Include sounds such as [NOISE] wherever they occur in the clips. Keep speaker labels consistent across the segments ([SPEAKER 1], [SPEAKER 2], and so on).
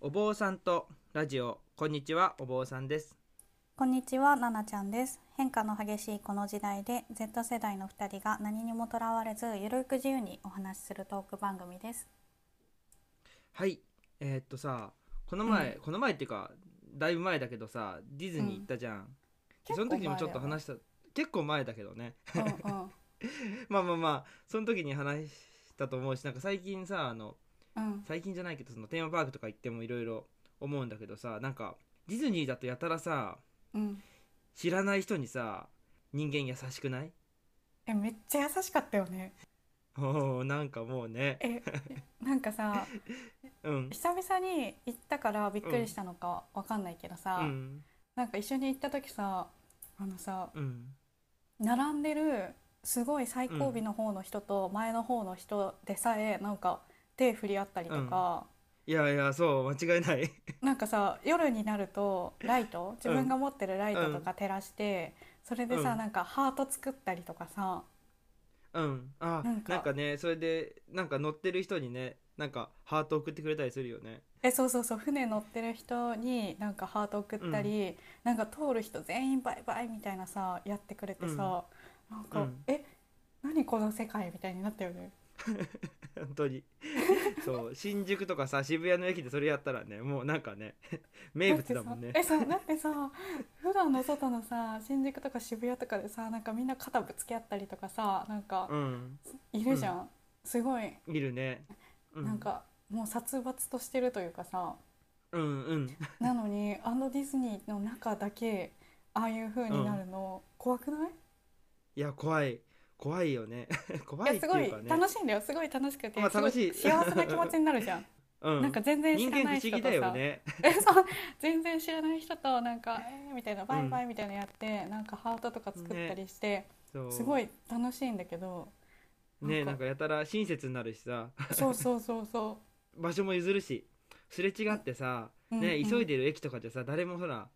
[SPEAKER 1] お坊さんとラジオこんにちはお坊さんです
[SPEAKER 2] こんにちは、ななちゃんです。変化の激しいこの時代で Z 世代の2人が何にもとらわれずゆるく自由にお話しするトーク番組です。
[SPEAKER 1] はいえーっとさこの前、この前っていうかだいぶ前だけどさディズニー行ったじゃん、でその時にもちょっと話した結構前だけどね
[SPEAKER 2] [LAUGHS]
[SPEAKER 1] [LAUGHS]
[SPEAKER 2] うんうん
[SPEAKER 1] まあまあまあその時に話したと思うしなんか最近さあの
[SPEAKER 2] うん
[SPEAKER 1] 最近じゃないけどそのテーマパークとか行ってもいろいろ思うんだけどさなんかディズニーだとやたらさ
[SPEAKER 2] うん。
[SPEAKER 1] 知らない人にさ人間優しくない [LAUGHS]
[SPEAKER 2] え、めっちゃ優しかったよね。
[SPEAKER 1] おーなんかもうね
[SPEAKER 2] え、 [LAUGHS] なんかさ、
[SPEAKER 1] うん
[SPEAKER 2] 久々に行ったからびっくりしたのかわかんないけど
[SPEAKER 1] う
[SPEAKER 2] さ、
[SPEAKER 1] ん
[SPEAKER 2] なんか一緒に行った時さ、あのさ、
[SPEAKER 1] うん
[SPEAKER 2] 並んでるすごい最後尾の方の人と前の方の人でさえなんか手振り合ったりとか。
[SPEAKER 1] いやいやそう間違いない
[SPEAKER 2] なんかさ夜になるとライト自分が持ってるライトとか照らして、それでさ、
[SPEAKER 1] うん
[SPEAKER 2] なんかハート作ったりとかさ
[SPEAKER 1] うんあ
[SPEAKER 2] なんか
[SPEAKER 1] なんかねそれでなんか乗ってる人にねなんかハート送ってくれたりするよね [LAUGHS]
[SPEAKER 2] えそうそうそう船乗ってる人になんかハート送ったり、なんか通る人全員バイバイみたいなさやってくれてさ、なんか、
[SPEAKER 1] うん
[SPEAKER 2] え何この世界みたいになったよね。
[SPEAKER 1] 本当
[SPEAKER 2] [LAUGHS]
[SPEAKER 1] にそう新宿とかさ渋谷の駅でそれやったらねもうなんかね [LAUGHS] 名物だもんね
[SPEAKER 2] だってさえそうだってさ普段の外のさ新宿とか渋谷とかでさなんかみんな肩ぶつけ合ったりとかさなんか
[SPEAKER 1] うん
[SPEAKER 2] いるじゃん、すごい
[SPEAKER 1] いるね、う
[SPEAKER 2] なんかもう殺伐としてるというかさ
[SPEAKER 1] うんうん
[SPEAKER 2] なのにあのディズニーの中だけああいう風になるの怖くない、
[SPEAKER 1] いや怖い怖いよね [LAUGHS] 怖
[SPEAKER 2] い
[SPEAKER 1] いっ
[SPEAKER 2] や
[SPEAKER 1] て
[SPEAKER 2] す
[SPEAKER 1] い
[SPEAKER 2] ご
[SPEAKER 1] う
[SPEAKER 2] い
[SPEAKER 1] かね
[SPEAKER 2] 楽しいんだよすごい楽しくて、
[SPEAKER 1] まあ楽しい
[SPEAKER 2] すご幸せな気持ちになるじゃん、
[SPEAKER 1] [LAUGHS] うん、
[SPEAKER 2] なんか全然知
[SPEAKER 1] 人
[SPEAKER 2] ら
[SPEAKER 1] 間
[SPEAKER 2] な
[SPEAKER 1] 不思
[SPEAKER 2] い人
[SPEAKER 1] 議
[SPEAKER 2] とさ
[SPEAKER 1] だよね
[SPEAKER 2] え [LAUGHS] そう全然知らない人となんか「えーみたいな「バイバイ」みたいなのやって、なんかハートとか作ったりして、
[SPEAKER 1] そう
[SPEAKER 2] すごい楽しいんだけど
[SPEAKER 1] ね
[SPEAKER 2] な
[SPEAKER 1] なんん
[SPEAKER 2] か
[SPEAKER 1] かやたら親切になるしさ
[SPEAKER 2] そうそうそうそ
[SPEAKER 1] 場所も譲るしすれ違ってさ、
[SPEAKER 2] う、うん
[SPEAKER 1] [LAUGHS] ね
[SPEAKER 2] うん
[SPEAKER 1] 急いでる駅とかでさ誰もほら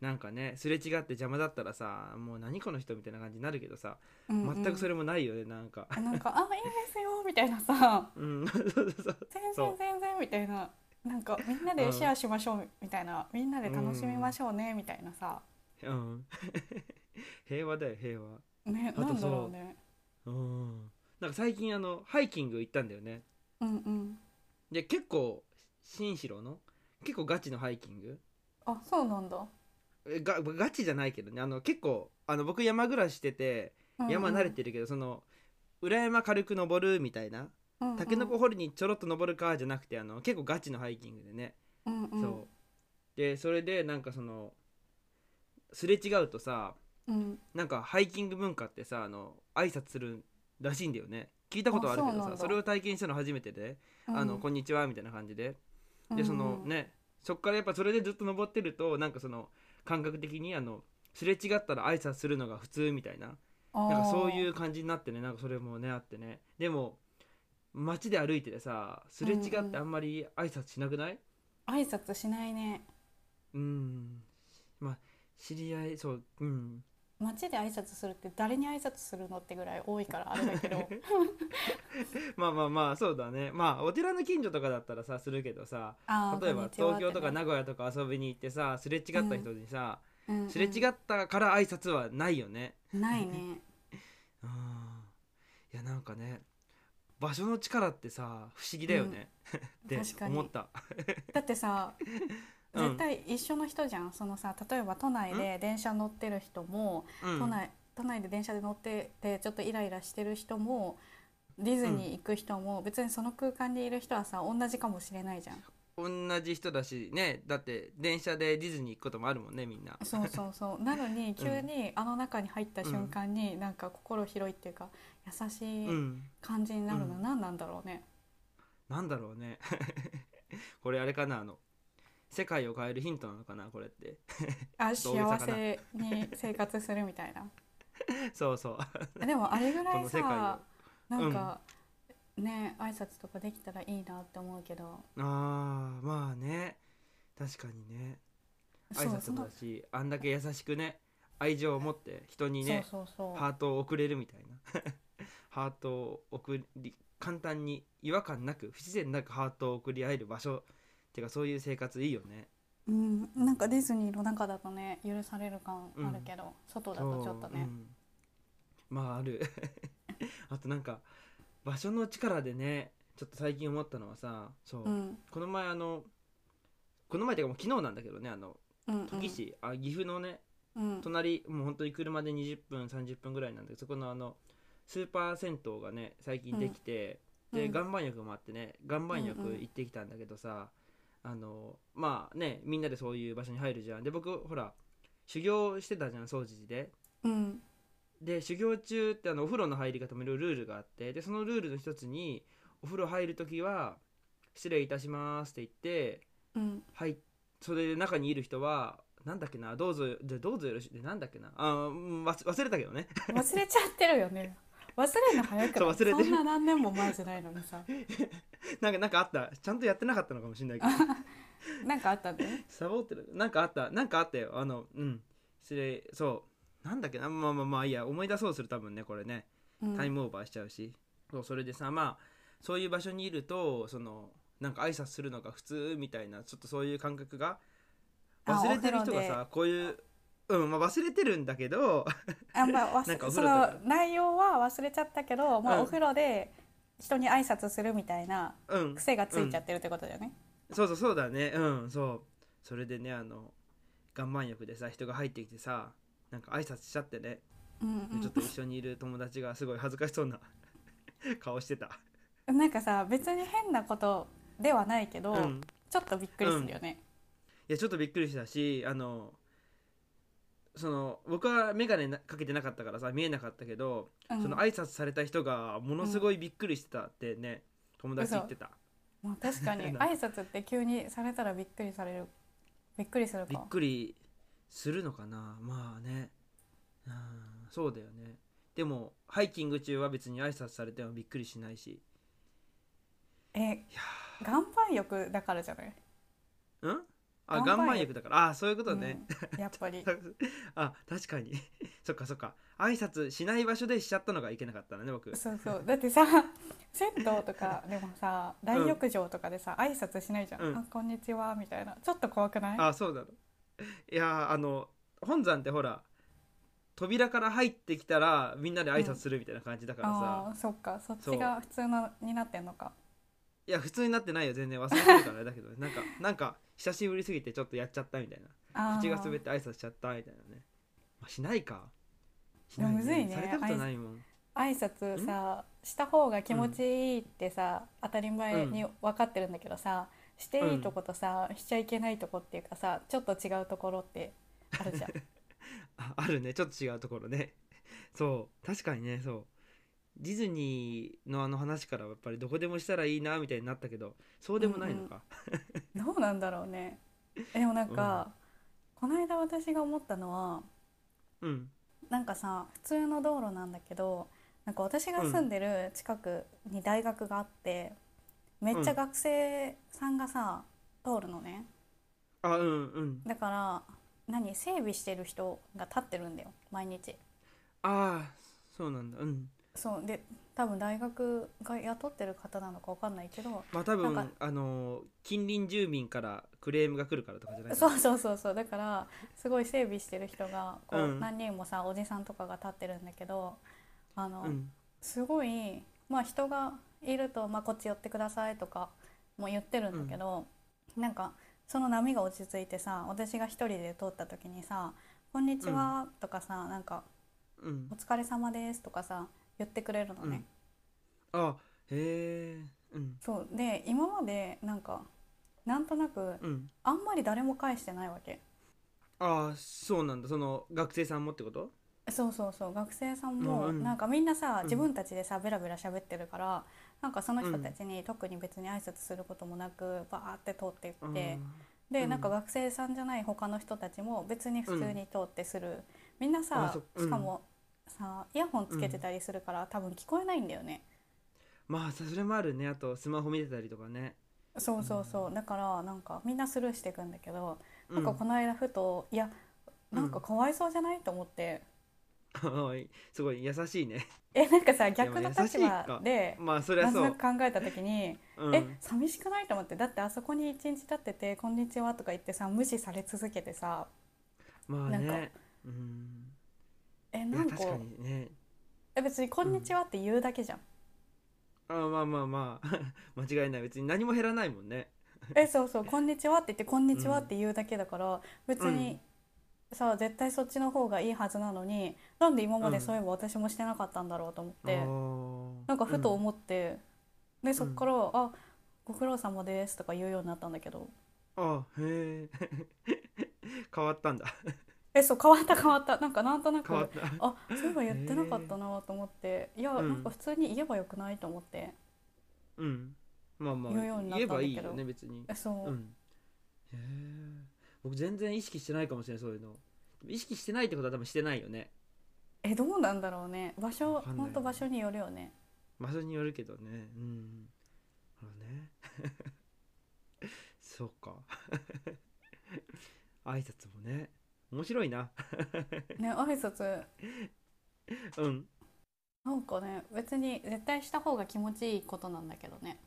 [SPEAKER 1] なんかねすれ違って邪魔だったらさもう何この人みたいな感じになるけどさ
[SPEAKER 2] うんう
[SPEAKER 1] 全
[SPEAKER 2] ん
[SPEAKER 1] くそれもないよねなんか
[SPEAKER 2] なんか「あいいですよ」みたいなさ
[SPEAKER 1] うん [LAUGHS] そうそうそう
[SPEAKER 2] 全然
[SPEAKER 1] そう
[SPEAKER 2] 全然みたいななんかみんな
[SPEAKER 1] う
[SPEAKER 2] で
[SPEAKER 1] ん
[SPEAKER 2] シェアしましょうみたいな、みんなで楽しみましょうねみたいなさ、
[SPEAKER 1] うん [LAUGHS] 平和だよ平和
[SPEAKER 2] ね
[SPEAKER 1] あと
[SPEAKER 2] なんだろうね
[SPEAKER 1] うんなんか最近あのハイキング行ったんだよね
[SPEAKER 2] うんうん
[SPEAKER 1] で結構新城の結構ガチのハイキング
[SPEAKER 2] あそうなんだ、
[SPEAKER 1] えがガチじゃないけどねあの結構あの僕山暮らししてて山慣れてるけど、その裏山軽く登るみたいなタケノコ掘りにちょろっと登るかじゃなくてあの結構ガチのハイキングでね、
[SPEAKER 2] うんうん
[SPEAKER 1] そうでそれでなんかそのすれ違うとさ
[SPEAKER 2] うん
[SPEAKER 1] なんかハイキング文化ってさあの挨拶するらしいんだよね聞いたことはあるけ
[SPEAKER 2] あ
[SPEAKER 1] ど
[SPEAKER 2] そう
[SPEAKER 1] さ
[SPEAKER 2] なん
[SPEAKER 1] そ
[SPEAKER 2] だ
[SPEAKER 1] れを体験したの初めてで「あのこんにちは」みたいな感じででその、ねそっからやっぱそれでずっと登ってるとなんかその感覚的にあのすれ違ったら挨拶するのが普通みたいな
[SPEAKER 2] うん
[SPEAKER 1] なんかそう
[SPEAKER 2] う
[SPEAKER 1] い
[SPEAKER 2] ん
[SPEAKER 1] う感じになってねなんかそれもねあってねでも街で歩いててさすれ違
[SPEAKER 2] う
[SPEAKER 1] っ
[SPEAKER 2] んうん
[SPEAKER 1] てあんまり挨拶しなくない
[SPEAKER 2] あー挨拶しないね
[SPEAKER 1] うんまあ知り合いそううん
[SPEAKER 2] 街で挨拶するって誰に挨拶するのってぐらい多いからあれだけ
[SPEAKER 1] [LAUGHS]
[SPEAKER 2] ど
[SPEAKER 1] まあまあまあそうだねまあお寺の近所とかだったらさするけどさ
[SPEAKER 2] あー
[SPEAKER 1] 例えば
[SPEAKER 2] こんにちは
[SPEAKER 1] 東京とか
[SPEAKER 2] ってね
[SPEAKER 1] 名古屋とか遊びに行ってさすれ違った人にさ、
[SPEAKER 2] うんうん
[SPEAKER 1] すれ違ったから挨拶はないよね
[SPEAKER 2] ないね
[SPEAKER 1] うんいやなんかね場所の力ってさ不思議だよね、 [LAUGHS] って
[SPEAKER 2] 確かに
[SPEAKER 1] 思った
[SPEAKER 2] だってさ
[SPEAKER 1] [LAUGHS] うん
[SPEAKER 2] 絶対一緒の人じゃんそのさ例えば都内で電車乗ってる人も
[SPEAKER 1] うん
[SPEAKER 2] 都内都内で電車で乗っててちょっとイライラしてる人もディズニー行く人も、別にその空間にいる人はさ同じかもしれないじゃん
[SPEAKER 1] 同じ人だしねだって電車でディズニー行くこともあるもんねみんな
[SPEAKER 2] そうそうそう [LAUGHS] なのに急にあの中に入った瞬間に、なんか心広いっていうか優し
[SPEAKER 1] う
[SPEAKER 2] い
[SPEAKER 1] ん
[SPEAKER 2] 感じになるの
[SPEAKER 1] うん
[SPEAKER 2] 何なんだろうね、
[SPEAKER 1] なんだろうね [LAUGHS] これあれかなあの世界を変えるヒントなのかなこれって [LAUGHS]
[SPEAKER 2] あ
[SPEAKER 1] ょっと大げ
[SPEAKER 2] 幸
[SPEAKER 1] さかな
[SPEAKER 2] せに生活するみたいな
[SPEAKER 1] そうそう
[SPEAKER 2] でもあれぐらい
[SPEAKER 1] この世界
[SPEAKER 2] さ
[SPEAKER 1] を
[SPEAKER 2] なんか、ね挨拶とかできたらいいなって思うけど
[SPEAKER 1] あーまあね確かにね挨
[SPEAKER 2] そう
[SPEAKER 1] 拶
[SPEAKER 2] そ
[SPEAKER 1] も
[SPEAKER 2] の
[SPEAKER 1] だしあんだけ優しくね愛情を持って人にね
[SPEAKER 2] そうそうそう
[SPEAKER 1] ハートを送れるみたいな [LAUGHS] ハートを送り簡単に違和感なく不自然なくハートを送り合える場所ってかそういう生活いいよね
[SPEAKER 2] うん、なんかディズニーの中だとね許される感あるけど、外だとちょっと
[SPEAKER 1] う
[SPEAKER 2] ね、
[SPEAKER 1] んまあある [LAUGHS] あとなんか場所の力でねちょっと最近思ったのはさそう、
[SPEAKER 2] うん、
[SPEAKER 1] この前あのこの前っていうかもう昨日なんだけどねあの
[SPEAKER 2] うんうん
[SPEAKER 1] 時市、あ岐阜のね
[SPEAKER 2] うん
[SPEAKER 1] 隣もう本当に車で20分30分ぐらいなんだけどそこのあのスーパー銭湯がね最近できて、
[SPEAKER 2] うんう
[SPEAKER 1] で
[SPEAKER 2] ん
[SPEAKER 1] 岩盤浴もあってね岩盤浴
[SPEAKER 2] うんうん
[SPEAKER 1] 行ってきたんだけどさ、あのまあねみんなでそういう場所に入るじゃんで僕ほら修行してたじゃん掃除で
[SPEAKER 2] うん
[SPEAKER 1] で修行中ってあのお風呂の入り方もいろいろルールがあってでそのルールの一つにお風呂入る時は「失礼いたします」って言って
[SPEAKER 2] うん
[SPEAKER 1] はいそれで中にいる人はなんだっけなどうぞじゃあどうぞよろしいでなんだっけなあーうんわ忘れたけどね [LAUGHS]
[SPEAKER 2] 忘れちゃってるよね忘れるの早くない
[SPEAKER 1] そう忘れてる
[SPEAKER 2] そんな何年も前じゃないのにさ
[SPEAKER 1] なんかなんかあったちゃんとやってなかったのかもしれないけど
[SPEAKER 2] なんかあったんだよね
[SPEAKER 1] サボってるなんかあったなんかあったよあのうん失礼そうなんだっけなまあまあまあいいや思い出そうする多分ねこれね
[SPEAKER 2] うん
[SPEAKER 1] タイムオーバーしちゃうし、そうそれでさまあそういう場所にいるとそのなんか挨拶するのが普通みたいなちょっとそういう感覚が
[SPEAKER 2] あ
[SPEAKER 1] 忘れてる
[SPEAKER 2] お
[SPEAKER 1] 人
[SPEAKER 2] 風呂
[SPEAKER 1] が
[SPEAKER 2] で
[SPEAKER 1] さこういううんまあ忘れてるんだけど
[SPEAKER 2] あ
[SPEAKER 1] [LAUGHS]
[SPEAKER 2] んま忘
[SPEAKER 1] なんか
[SPEAKER 2] れ
[SPEAKER 1] お風
[SPEAKER 2] そ
[SPEAKER 1] 呂とか
[SPEAKER 2] の内容は忘れちゃったけど、ま
[SPEAKER 1] う
[SPEAKER 2] あ、
[SPEAKER 1] ん
[SPEAKER 2] お風呂で人に挨拶するみたいな
[SPEAKER 1] うん
[SPEAKER 2] 癖がついちゃってるってことだよね。
[SPEAKER 1] そうそうそうだねうんそうそれでねあの岩盤浴でさ人が入ってきてさなんか挨拶しちゃってね、
[SPEAKER 2] うんうん
[SPEAKER 1] ちょっと一緒にいる友達がすごい恥ずかしそうな [LAUGHS] 顔してた
[SPEAKER 2] なんかさ別に変なことではないけど、
[SPEAKER 1] うん
[SPEAKER 2] ちょっとびっくりするよね。
[SPEAKER 1] いやちょっとびっくりしたしあのその僕は眼鏡なかけてなかったからさ見えなかったけど、
[SPEAKER 2] うん
[SPEAKER 1] その挨拶された人がものすごいびっくりしてたってね、友達言ってた
[SPEAKER 2] まあ、
[SPEAKER 1] [LAUGHS]
[SPEAKER 2] 確かに挨拶って急にされたらびっくりされるびっくりする
[SPEAKER 1] び
[SPEAKER 2] か
[SPEAKER 1] っ。くりするのかなまあねうんそうだよねでもハイキング中は別に挨拶されてもびっくりしないし
[SPEAKER 2] え
[SPEAKER 1] いや
[SPEAKER 2] 岩盤浴だからじゃない、
[SPEAKER 1] ーんあ
[SPEAKER 2] 岩
[SPEAKER 1] 岩
[SPEAKER 2] 盤浴
[SPEAKER 1] 盤浴だからあそういうことね、
[SPEAKER 2] うんやっ
[SPEAKER 1] [LAUGHS]
[SPEAKER 2] ぱり
[SPEAKER 1] あ確かに [LAUGHS] そっかそっか挨拶しない場所でしちゃったのがいけなかったのね僕
[SPEAKER 2] そうそうだってさ銭湯と
[SPEAKER 1] [LAUGHS]
[SPEAKER 2] かでもさ大浴場とかでさ挨拶しないじゃん「
[SPEAKER 1] うん
[SPEAKER 2] あこんにちは」みたいなちょっと怖くない
[SPEAKER 1] あそうだろいやーあの本山ってほら扉から入ってきたらみんなで挨拶するみたいな感じだからさ、
[SPEAKER 2] ああーそっかそっ
[SPEAKER 1] そう
[SPEAKER 2] ちが普通のになってんのか
[SPEAKER 1] いや普通になってないよ全然忘れてるからあれだ [LAUGHS] けどなんかなんか久しぶりすぎてちょっとやっちゃったみたい
[SPEAKER 2] あ
[SPEAKER 1] な
[SPEAKER 2] ー
[SPEAKER 1] 口が滑って挨拶しちゃったみたいなね、まあ、しないかし
[SPEAKER 2] むずいね
[SPEAKER 1] されたことないもん
[SPEAKER 2] 挨拶さした方が気持ちいいってさ、当たり前に分かってるんだけどさ、していいとことさ、しちゃいけないとこっていうかさちょっと違うところってあるじゃ [LAUGHS] ん
[SPEAKER 1] ああるねちょっと違うところねそう確かにねそうディズニーのあの話からはやっぱりどこでもしたらいいなみたいになったけどそうでもないのか、
[SPEAKER 2] どうなんだろうねでもなんか、この間私が思ったのは
[SPEAKER 1] うん
[SPEAKER 2] なんかさ普通の道路なんだけどなんか私が住んでる近くに大学があって、めっちゃ学生さんがさ通るのね
[SPEAKER 1] あうんうん
[SPEAKER 2] だから何整備してる人が立ってるんだよ毎日
[SPEAKER 1] ああそうなんだうん
[SPEAKER 2] そうで多分大学が雇ってる方なのかわかんないけど
[SPEAKER 1] まあ多
[SPEAKER 2] な
[SPEAKER 1] 分
[SPEAKER 2] んか
[SPEAKER 1] あのー近隣住民からクレームが来るからとかじゃないか
[SPEAKER 2] そ
[SPEAKER 1] な
[SPEAKER 2] うそうそうそうだからすごい整備してる人がこう、
[SPEAKER 1] うん
[SPEAKER 2] 何人もさおじさんとかが立ってるんだけどあの、
[SPEAKER 1] うん
[SPEAKER 2] すごいまあ人がいると、まあ、こっち寄ってくださいとかも言ってるんだけど、なんかその波が落ち着いてさ私が一人で通った時にさ「こんにちは」とかさ、なんか
[SPEAKER 1] うん
[SPEAKER 2] 「お疲れ様です」とかさ言ってくれるのね。
[SPEAKER 1] うんあへえうん
[SPEAKER 2] そうで今までなんかなんとなく
[SPEAKER 1] うん
[SPEAKER 2] あんまり誰も返してないわけ
[SPEAKER 1] ああそうなんだその学生さんもってこと
[SPEAKER 2] そうそうそう学生さんも
[SPEAKER 1] うん
[SPEAKER 2] なんかみんな
[SPEAKER 1] う
[SPEAKER 2] さ
[SPEAKER 1] ん
[SPEAKER 2] 自分たちでさベラベラ喋ってるからなんかその人たちに特に別に挨拶することもなくバーって通っていって
[SPEAKER 1] う
[SPEAKER 2] で
[SPEAKER 1] ん
[SPEAKER 2] なんか学生さんじゃない他の人たちも別に普通に通ってするみんな
[SPEAKER 1] あ
[SPEAKER 2] さ
[SPEAKER 1] そっか
[SPEAKER 2] しかもさイヤホンつけてたりするから多分聞こえないんだよね
[SPEAKER 1] まあそれもあるねあとスマホ見てたりとかね
[SPEAKER 2] そうそうそうだからなんかみんなスルーしていくんだけど
[SPEAKER 1] う
[SPEAKER 2] なんかこの間ふといやなんかかわいそうじゃないと思って
[SPEAKER 1] すごい優しいね [LAUGHS]
[SPEAKER 2] えなんかさ逆の
[SPEAKER 1] 優し
[SPEAKER 2] 立
[SPEAKER 1] いか
[SPEAKER 2] 場で
[SPEAKER 1] まあそりゃ
[SPEAKER 2] なん
[SPEAKER 1] そ
[SPEAKER 2] と
[SPEAKER 1] う
[SPEAKER 2] なく考えた時に
[SPEAKER 1] うん、
[SPEAKER 2] え寂しくないと思ってだってあそこに一日立ってて「こんにちは」とか言ってさ無視され続けてさ
[SPEAKER 1] まあ
[SPEAKER 2] なん
[SPEAKER 1] ねうん
[SPEAKER 2] え
[SPEAKER 1] い
[SPEAKER 2] な
[SPEAKER 1] や
[SPEAKER 2] んか
[SPEAKER 1] 確かにね
[SPEAKER 2] え別に「こんにちは」って言うだけじゃん、
[SPEAKER 1] あまあまあ [LAUGHS] まあ間違いない別に何も減らないもんね
[SPEAKER 2] えそうそう「こんにちは」って言って「こんにちは」って言うだけだから、別にさ絶対そっちの方がいいはずなのになんで今までそういえば私もしてなかったんだろうと思っ
[SPEAKER 1] あ
[SPEAKER 2] て、
[SPEAKER 1] ー
[SPEAKER 2] なんかふと
[SPEAKER 1] うん
[SPEAKER 2] 思って、でそっから「あご苦労様です」とか言うようになったんだけど
[SPEAKER 1] あへえ [LAUGHS] 変わったんだ
[SPEAKER 2] えそう変わった変わったなんかなんとな
[SPEAKER 1] 変わ
[SPEAKER 2] く
[SPEAKER 1] った
[SPEAKER 2] あそういえば言ってなかったなと思っていや
[SPEAKER 1] うん
[SPEAKER 2] なんか普通に言えばよくないと思って
[SPEAKER 1] うんまあまあ
[SPEAKER 2] 言うようになっ
[SPEAKER 1] 言え
[SPEAKER 2] たんだ
[SPEAKER 1] ば
[SPEAKER 2] けど
[SPEAKER 1] いいよね別に
[SPEAKER 2] えそう
[SPEAKER 1] う、んへえ僕全然意識してないかもしれないそういうの意識してないってことは多分してないよね
[SPEAKER 2] えどうなんだろうね場所
[SPEAKER 1] わかんない
[SPEAKER 2] ほんと場所によるよね
[SPEAKER 1] 場所によるけどねうんほらね [LAUGHS] そうか [LAUGHS] 挨拶もね面白いな
[SPEAKER 2] ね挨拶
[SPEAKER 1] うん
[SPEAKER 2] なんかね別に絶対した方が気持ちいいことなんだけどね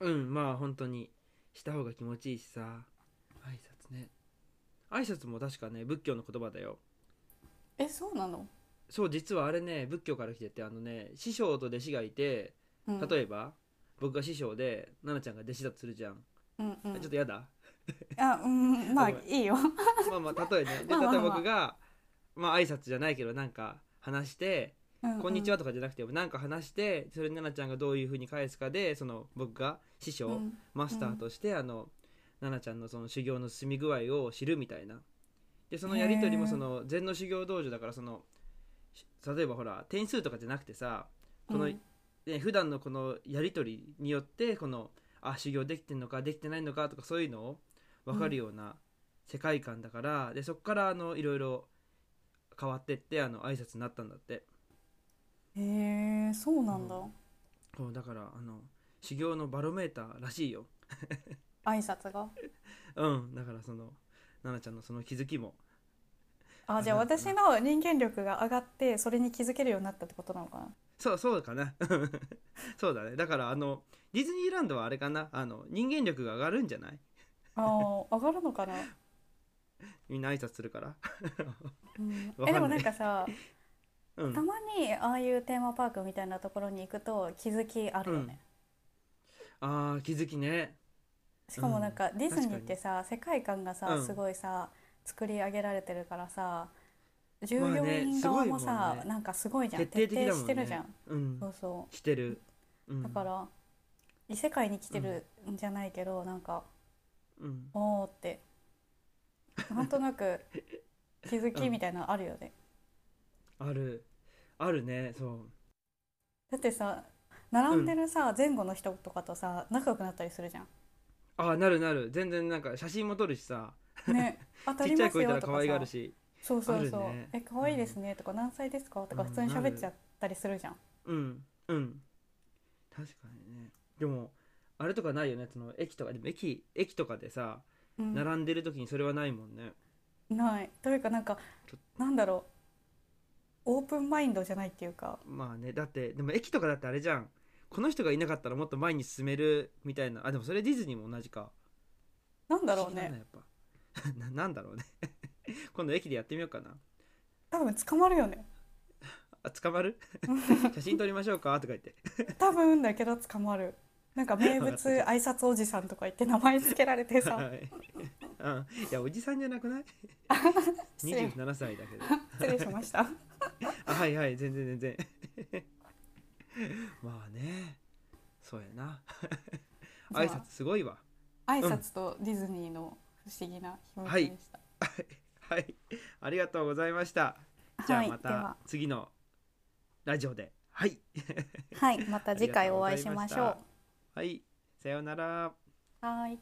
[SPEAKER 1] うんまあ本当にした方が気持ちいいしさ挨拶ね挨拶も確かね仏教の言葉だよ
[SPEAKER 2] えそうなの、
[SPEAKER 1] そう実はあれね仏教から来ててあのね師匠と弟子がいて
[SPEAKER 2] うん、
[SPEAKER 1] 例えば、僕が師匠で奈々ちゃんが弟子だとするじゃん、
[SPEAKER 2] うんうん
[SPEAKER 1] ちょっとやだ
[SPEAKER 2] [LAUGHS]
[SPEAKER 1] [LAUGHS]
[SPEAKER 2] あうんまあ
[SPEAKER 1] ごめん
[SPEAKER 2] いいよ
[SPEAKER 1] まあまあ例えねで
[SPEAKER 2] まあまあ
[SPEAKER 1] 例え
[SPEAKER 2] ま
[SPEAKER 1] ば
[SPEAKER 2] あ
[SPEAKER 1] 僕がまあ挨拶じゃないけどなんか話して
[SPEAKER 2] うんう
[SPEAKER 1] 「
[SPEAKER 2] ん
[SPEAKER 1] こんにちは」とかじゃなくてなんか話してそれに奈々ちゃんがどういうふうに返すかでその僕が師匠、
[SPEAKER 2] うん
[SPEAKER 1] マスターとして、あの奈々ちゃんのその修行の進み具合を知るみたいなでそのやり取りも
[SPEAKER 2] へー
[SPEAKER 1] その禅の修行道場だからそのし例えばほら点数とかじゃなくてさこの、
[SPEAKER 2] うん
[SPEAKER 1] ね、普段のこのやり取りによってこのあ修行できてんのかできてないのかとかそういうのを分かるような世界観だから、でそこからあのいろいろ変わってってあの挨拶になったんだって
[SPEAKER 2] へえそうなんだ、
[SPEAKER 1] うんそうだからあの修行のバロメーターらしいよ
[SPEAKER 2] 挨拶が
[SPEAKER 1] うんだからその奈々ちゃんのその気づきも
[SPEAKER 2] あじゃあ
[SPEAKER 1] あれなの
[SPEAKER 2] 私
[SPEAKER 1] か
[SPEAKER 2] の人間力が上がってそれに気づけるようになったってことなのかな
[SPEAKER 1] そう [LAUGHS] そうかなそうだねだからあのディズニーランドはあれかなあの人間力が上がるんじゃない
[SPEAKER 2] あー上がるのかな、
[SPEAKER 1] [LAUGHS] みんな挨拶するから、 [LAUGHS]
[SPEAKER 2] うん
[SPEAKER 1] わかんな
[SPEAKER 2] え
[SPEAKER 1] い
[SPEAKER 2] でもなんかさ
[SPEAKER 1] う
[SPEAKER 2] た
[SPEAKER 1] ん、
[SPEAKER 2] まにああいうテーマパークみたいなところに行くと気づきあるよね、
[SPEAKER 1] あー気づきね
[SPEAKER 2] しかもなんかディズニーってさ世界観がさ
[SPEAKER 1] うん
[SPEAKER 2] すごいさ作り上げられてるからさ従
[SPEAKER 1] まあ
[SPEAKER 2] 業
[SPEAKER 1] ね
[SPEAKER 2] 員
[SPEAKER 1] すご
[SPEAKER 2] 側も
[SPEAKER 1] いも
[SPEAKER 2] さ
[SPEAKER 1] んね
[SPEAKER 2] なんかすごいじゃん
[SPEAKER 1] 徹底的だもんね
[SPEAKER 2] してるじゃん
[SPEAKER 1] うん
[SPEAKER 2] そうそ
[SPEAKER 1] してる、うん、
[SPEAKER 2] うだから異世界に来てるんじゃないけどなんか
[SPEAKER 1] うん、
[SPEAKER 2] おーってなんとなく気づきみたいなのあるよね
[SPEAKER 1] あるあるねそう
[SPEAKER 2] だってさ並んでるさ前後の人とかとさ仲良くなったりするじゃ
[SPEAKER 1] ああなるなる全然なんか写真も撮るしさ
[SPEAKER 2] んね当
[SPEAKER 1] [LAUGHS]
[SPEAKER 2] た
[SPEAKER 1] ちっ
[SPEAKER 2] り
[SPEAKER 1] ちゃ
[SPEAKER 2] ま
[SPEAKER 1] い
[SPEAKER 2] す
[SPEAKER 1] 子いた
[SPEAKER 2] よ
[SPEAKER 1] ら
[SPEAKER 2] と
[SPEAKER 1] 可
[SPEAKER 2] か
[SPEAKER 1] 愛がる
[SPEAKER 2] さ
[SPEAKER 1] し
[SPEAKER 2] そうそうそう
[SPEAKER 1] あるね
[SPEAKER 2] え可愛いですねとか何歳ですかとか
[SPEAKER 1] うん
[SPEAKER 2] 普通に喋っちゃったりするじゃん
[SPEAKER 1] うんうん確かにねでもあれとかないよねその駅とかでも駅駅とかでさ
[SPEAKER 2] うん
[SPEAKER 1] 並んでる時にそれはないもんね、
[SPEAKER 2] ないというかなんか
[SPEAKER 1] ちょ
[SPEAKER 2] なんだろうオープンマインドじゃないっていうか
[SPEAKER 1] まあねだってでも駅とかだってあれじゃんこの人がいなかったらもっと前に進めるみたいなあでもそれディズニーも同じか
[SPEAKER 2] なんだろう
[SPEAKER 1] 不思議
[SPEAKER 2] ね
[SPEAKER 1] だなやっぱ [LAUGHS] ななんだろうね今度駅でやってみようかな
[SPEAKER 2] 多分捕まるよね
[SPEAKER 1] あ捕ま
[SPEAKER 2] [LAUGHS]
[SPEAKER 1] る写真撮りましょうかとか言って
[SPEAKER 2] 多分だけど捕まるなんか
[SPEAKER 1] [LAUGHS]
[SPEAKER 2] 名物挨拶おじさんとか言って名前つけられてさ
[SPEAKER 1] はい、うん、いやおじさんじゃなく
[SPEAKER 2] [LAUGHS]
[SPEAKER 1] ない
[SPEAKER 2] 失礼
[SPEAKER 1] 27歳だけど
[SPEAKER 2] 失礼しました
[SPEAKER 1] あはいはい全然全然 [LAUGHS] まあねそうやな挨拶すごいわ
[SPEAKER 2] 挨拶とディズニーの不思議な秘密でした、
[SPEAKER 1] はいありがとうございましたじゃあ
[SPEAKER 2] はい
[SPEAKER 1] ま
[SPEAKER 2] で
[SPEAKER 1] た
[SPEAKER 2] は
[SPEAKER 1] 次のラジオではい [LAUGHS]
[SPEAKER 2] はい、また次回お会いしましょ
[SPEAKER 1] はいさようなら
[SPEAKER 2] う。はい。